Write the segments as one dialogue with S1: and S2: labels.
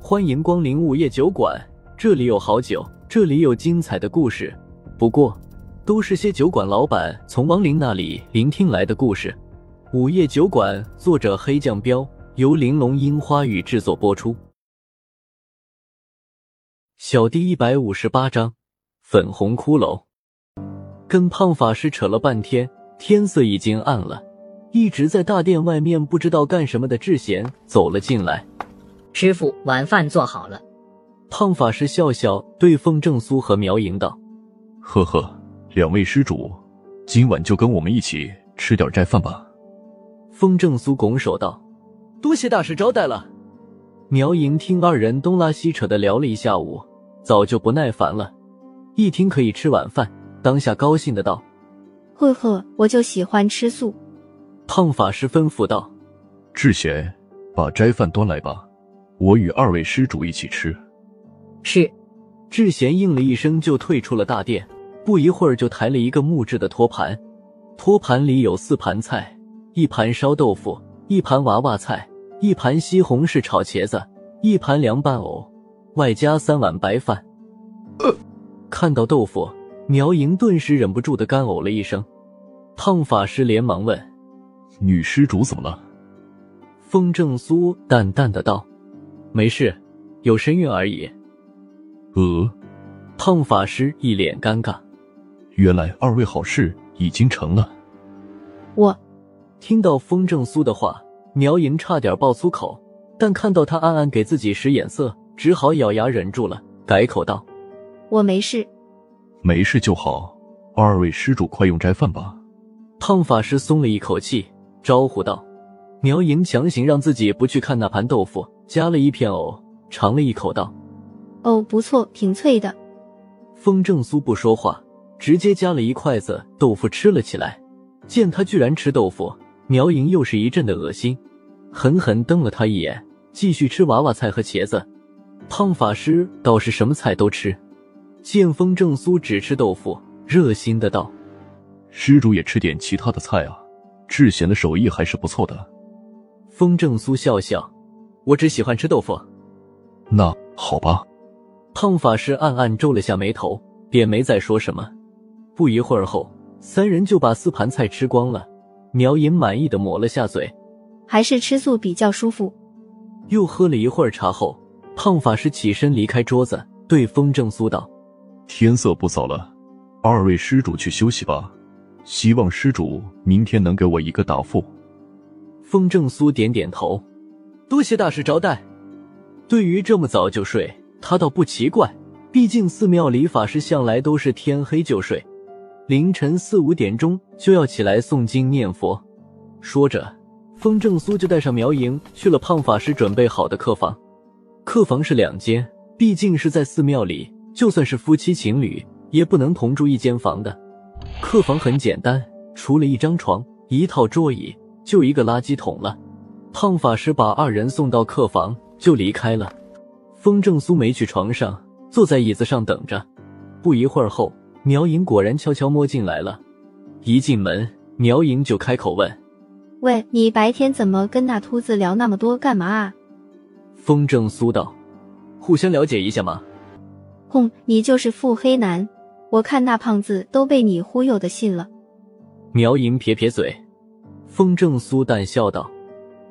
S1: 欢迎光临午夜酒馆，这里有好酒，这里有精彩的故事。不过，都是些酒馆老板从亡灵那里聆听来的故事。午夜酒馆，作者黑酱标，由玲珑樱花雨制作播出。小第一百五十八章，粉红骷髅。跟胖法师扯了半天，天色已经暗了。一直在大殿外面不知道干什么的智贤走了进来。
S2: 师傅，晚饭做好了。
S1: 胖法师笑笑对风正苏和苗莹道：“
S3: 呵呵，两位施主，今晚就跟我们一起吃点斋饭吧。”
S1: 风正苏拱手道：“
S4: 多谢大师招待了。”
S1: 苗莹听二人东拉西扯的聊了一下午，早就不耐烦了。一听可以吃晚饭，当下高兴的道：“
S5: 呵呵，我就喜欢吃素。”
S1: 胖法师吩咐道：“
S3: 智贤，把斋饭端来吧，我与二位施主一起吃。”
S2: 是。
S1: 智贤应了一声，就退出了大殿。不一会儿，就抬了一个木质的托盘，托盘里有四盘菜：一盘烧豆腐，一盘娃娃菜，一盘西红柿炒茄子，一盘凉拌藕，外加三碗白饭。
S4: 呃、
S1: 看到豆腐，苗莹顿时忍不住的干呕了一声。胖法师连忙问。
S3: 女施主怎么了？
S1: 风正苏淡淡的道：“没事，有身孕而已。”
S3: 呃，
S1: 胖法师一脸尴尬。
S3: 原来二位好事已经成了。
S5: 我
S1: 听到风正苏的话，苗莹差点爆粗口，但看到他暗暗给自己使眼色，只好咬牙忍住了，改口道：“
S5: 我没事。”
S3: 没事就好。二位施主，快用斋饭吧。
S1: 胖法师松了一口气。招呼道：“苗莹强行让自己不去看那盘豆腐，夹了一片藕，尝了一口，道：‘
S5: 哦，不错，挺脆的。’
S1: 风正苏不说话，直接夹了一筷子豆腐吃了起来。见他居然吃豆腐，苗莹又是一阵的恶心，狠狠瞪了他一眼，继续吃娃娃菜和茄子。胖法师倒是什么菜都吃。见风正苏只吃豆腐，热心的道：‘
S3: 施主也吃点其他的菜啊。’”智贤的手艺还是不错的。啊
S1: 风正苏笑笑：“
S4: 我只喜欢吃豆腐。”
S3: 那好吧。
S1: 胖法师暗暗皱了下眉头，便没再说什么。不一会儿后，三人就把四盘菜吃光了。苗莹满意的抹了下嘴：“
S5: 还是吃素比较舒服。”
S1: 又喝了一会儿茶后，胖法师起身离开桌子，对风正苏道：“
S3: 天色不早了，二位施主去休息吧。”希望施主明天能给我一个答复。
S1: 风正苏点点头，
S4: 多谢大师招待。
S1: 对于这么早就睡，他倒不奇怪，毕竟寺庙里法师向来都是天黑就睡，凌晨四五点钟就要起来诵经念佛。说着，风正苏就带上苗莹去了胖法师准备好的客房。客房是两间，毕竟是在寺庙里，就算是夫妻情侣也不能同住一间房的。客房很简单，除了一张床、一套桌椅，就一个垃圾桶了。胖法师把二人送到客房，就离开了。风正苏没去床上，坐在椅子上等着。不一会儿后，苗莹果然悄悄摸进来了。一进门，苗莹就开口问：“
S5: 喂，你白天怎么跟那秃子聊那么多，干嘛啊？”
S1: 风正苏道：“
S4: 互相了解一下嘛。”“
S5: 哼，你就是腹黑男。”我看那胖子都被你忽悠的信了。
S1: 苗莹撇撇嘴，风正苏淡笑道：“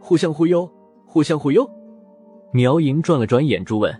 S4: 互相忽悠，互相忽悠。”
S1: 苗莹转了转眼珠问：“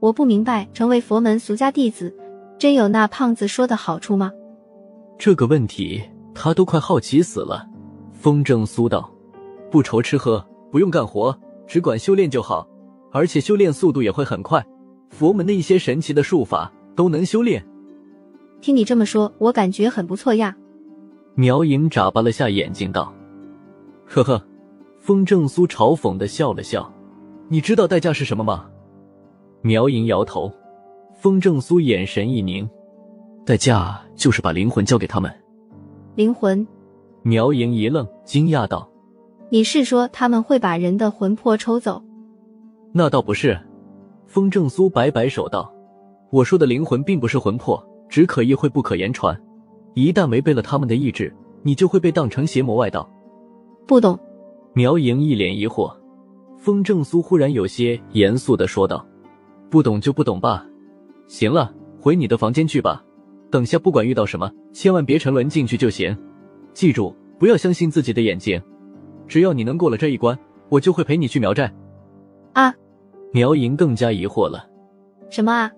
S5: 我不明白，成为佛门俗家弟子，真有那胖子说的好处吗？”
S1: 这个问题他都快好奇死了。风正苏道：“
S4: 不愁吃喝，不用干活，只管修炼就好，而且修炼速度也会很快。佛门的一些神奇的术法都能修炼。”
S5: 听你这么说，我感觉很不错呀。
S1: 苗莹眨巴了下眼睛，道：“
S4: 呵呵。”
S1: 风正苏嘲讽的笑了笑：“
S4: 你知道代价是什么吗？”
S1: 苗莹摇头。风正苏眼神一凝：“
S4: 代价就是把灵魂交给他们。”
S5: 灵魂？
S1: 苗莹一愣，惊讶道：“
S5: 你是说他们会把人的魂魄抽走？”
S4: 那倒不是。
S1: 风正苏摆摆手道：“
S4: 我说的灵魂并不是魂魄。”只可意会不可言传，一旦违背了他们的意志，你就会被当成邪魔外道。
S5: 不懂？
S1: 苗莹一脸疑惑。风正苏忽然有些严肃的说道：“不懂就不懂吧，行了，回你的房间去吧。等下不管遇到什么，千万别沉沦进去就行。记住，不要相信自己的眼睛，只要你能过了这一关，我就会陪你去苗寨。”
S5: 啊！
S1: 苗莹更加疑惑了。
S5: 什么啊？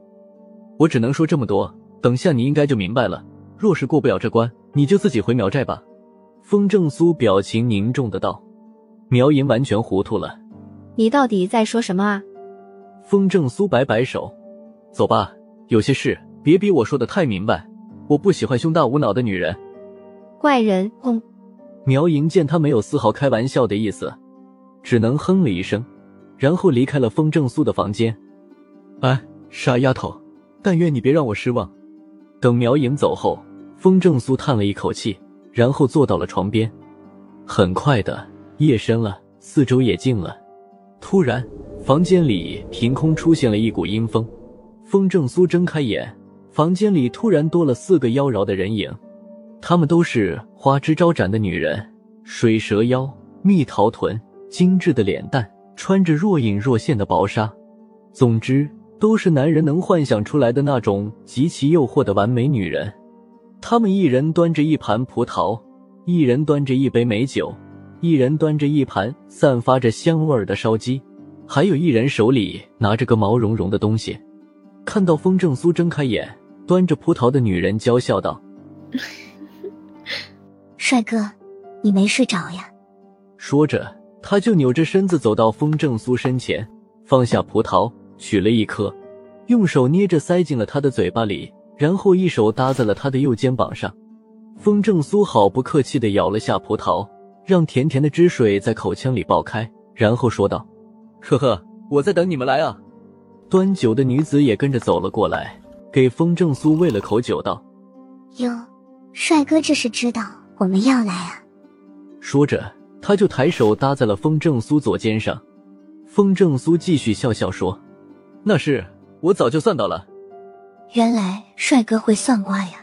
S1: 我只能说这么多，等下你应该就明白了。若是过不了这关，你就自己回苗寨吧。风正苏表情凝重的道。苗莹完全糊涂了。
S5: 你到底在说什么啊？
S1: 风正苏摆摆手，走吧，有些事别逼我说的太明白，我不喜欢胸大无脑的女人。
S5: 怪人，轰、嗯！
S1: 苗莹见他没有丝毫开玩笑的意思，只能哼了一声，然后离开了风正苏的房间。
S4: 哎，傻丫头，但愿你别让我失望。
S1: 等苗莹走后，风正苏叹了一口气，然后坐到了床边。很快的，夜深了，四周也静了。突然，房间里凭空出现了一股阴风。风正苏睁开眼，房间里突然多了四个妖娆的人影，她们都是花枝招展的女人：水蛇腰、蜜桃臀、精致的脸蛋，穿着若隐若现的薄纱。总之，都是男人能幻想出来的那种极其诱惑的完美女人。她们一人端着一盘葡萄，一人端着一杯美酒。一人端着一盘散发着香味儿的烧鸡，还有一人手里拿着个毛茸茸的东西。看到风正苏睁开眼，端着葡萄的女人娇笑道：“
S6: 帅哥，你没睡着呀？”
S1: 说着，他就扭着身子走到风正苏身前，放下葡萄，取了一颗，用手捏着塞进了他的嘴巴里，然后一手搭在了他的右肩膀上。风正苏毫不客气的咬了下葡萄。让甜甜的汁水在口腔里爆开，然后说道：“
S4: 呵呵，我在等你们来啊！”
S1: 端酒的女子也跟着走了过来，给风正苏喂了口酒，道：“
S6: 哟，帅哥这是知道我们要来啊！”
S1: 说着，他就抬手搭在了风正苏左肩上。风正苏继续笑笑说：“
S4: 那是我早就算到了。”
S6: 原来帅哥会算卦呀！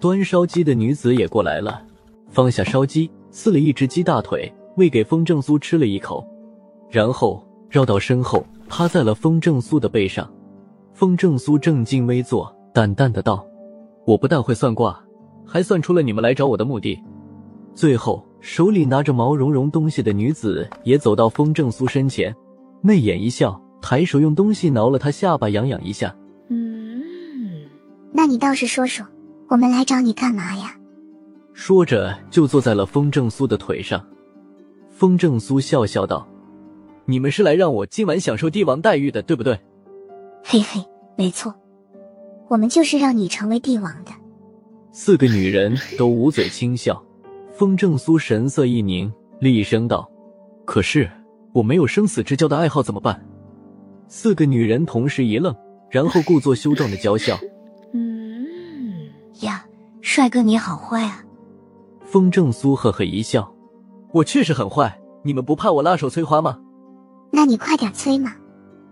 S1: 端烧鸡的女子也过来了，放下烧鸡。撕了一只鸡大腿，喂给风正苏吃了一口，然后绕到身后，趴在了风正苏的背上。风正苏正襟危坐，淡淡的道：“
S4: 我不但会算卦，还算出了你们来找我的目的。”
S1: 最后，手里拿着毛茸茸东西的女子也走到风正苏身前，媚眼一笑，抬手用东西挠了他下巴，痒痒一下。
S6: “嗯，那你倒是说说，我们来找你干嘛呀？”
S1: 说着，就坐在了风正苏的腿上。风正苏笑笑道：“
S4: 你们是来让我今晚享受帝王待遇的，对不对？”“
S6: 嘿嘿，没错，我们就是让你成为帝王的。”
S1: 四个女人都捂嘴轻笑。风正苏神色一凝，厉声道：“
S4: 可是我没有生死之交的爱好怎么办？”
S1: 四个女人同时一愣，然后故作羞状的娇笑：“
S6: 嗯呀，帅哥你好坏啊！”
S1: 风正苏呵呵一笑：“
S4: 我确实很坏，你们不怕我辣手摧花吗？”“
S6: 那你快点摧嘛！”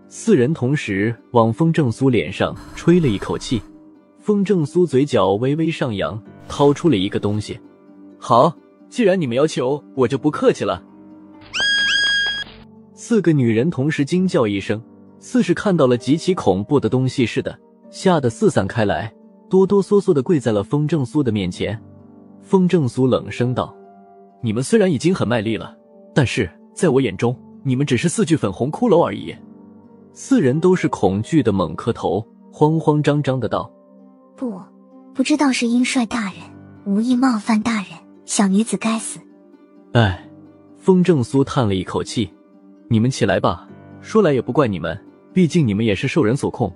S1: 四人同时往风正苏脸上吹了一口气，风正苏嘴角微微上扬，掏出了一个东西。
S4: “好，既然你们要求，我就不客气了。”
S1: 四个女人同时惊叫一声，似是看到了极其恐怖的东西似的，吓得四散开来，哆哆嗦嗦的跪在了风正苏的面前。风正苏冷声道：“
S4: 你们虽然已经很卖力了，但是在我眼中，你们只是四具粉红骷髅而已。”
S1: 四人都是恐惧的猛磕头，慌慌张张的道：“
S6: 不，不知道是英帅大人无意冒犯大人，小女子该死。”
S1: 哎，风正苏叹了一口气：“
S4: 你们起来吧，说来也不怪你们，毕竟你们也是受人所控。”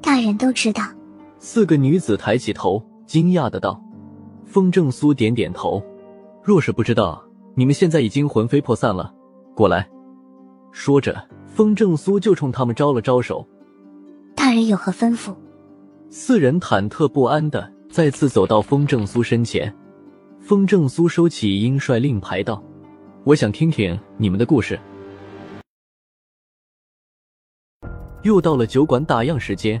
S6: 大人都知道。
S1: 四个女子抬起头，惊讶的道。风正苏点点头，
S4: 若是不知道，你们现在已经魂飞魄散了。过来。
S1: 说着，风正苏就冲他们招了招手。
S6: 大人有何吩咐？
S1: 四人忐忑不安的再次走到风正苏身前。风正苏收起鹰帅令牌，道：“
S4: 我想听听你们的故事。”
S1: 又到了酒馆打烊时间，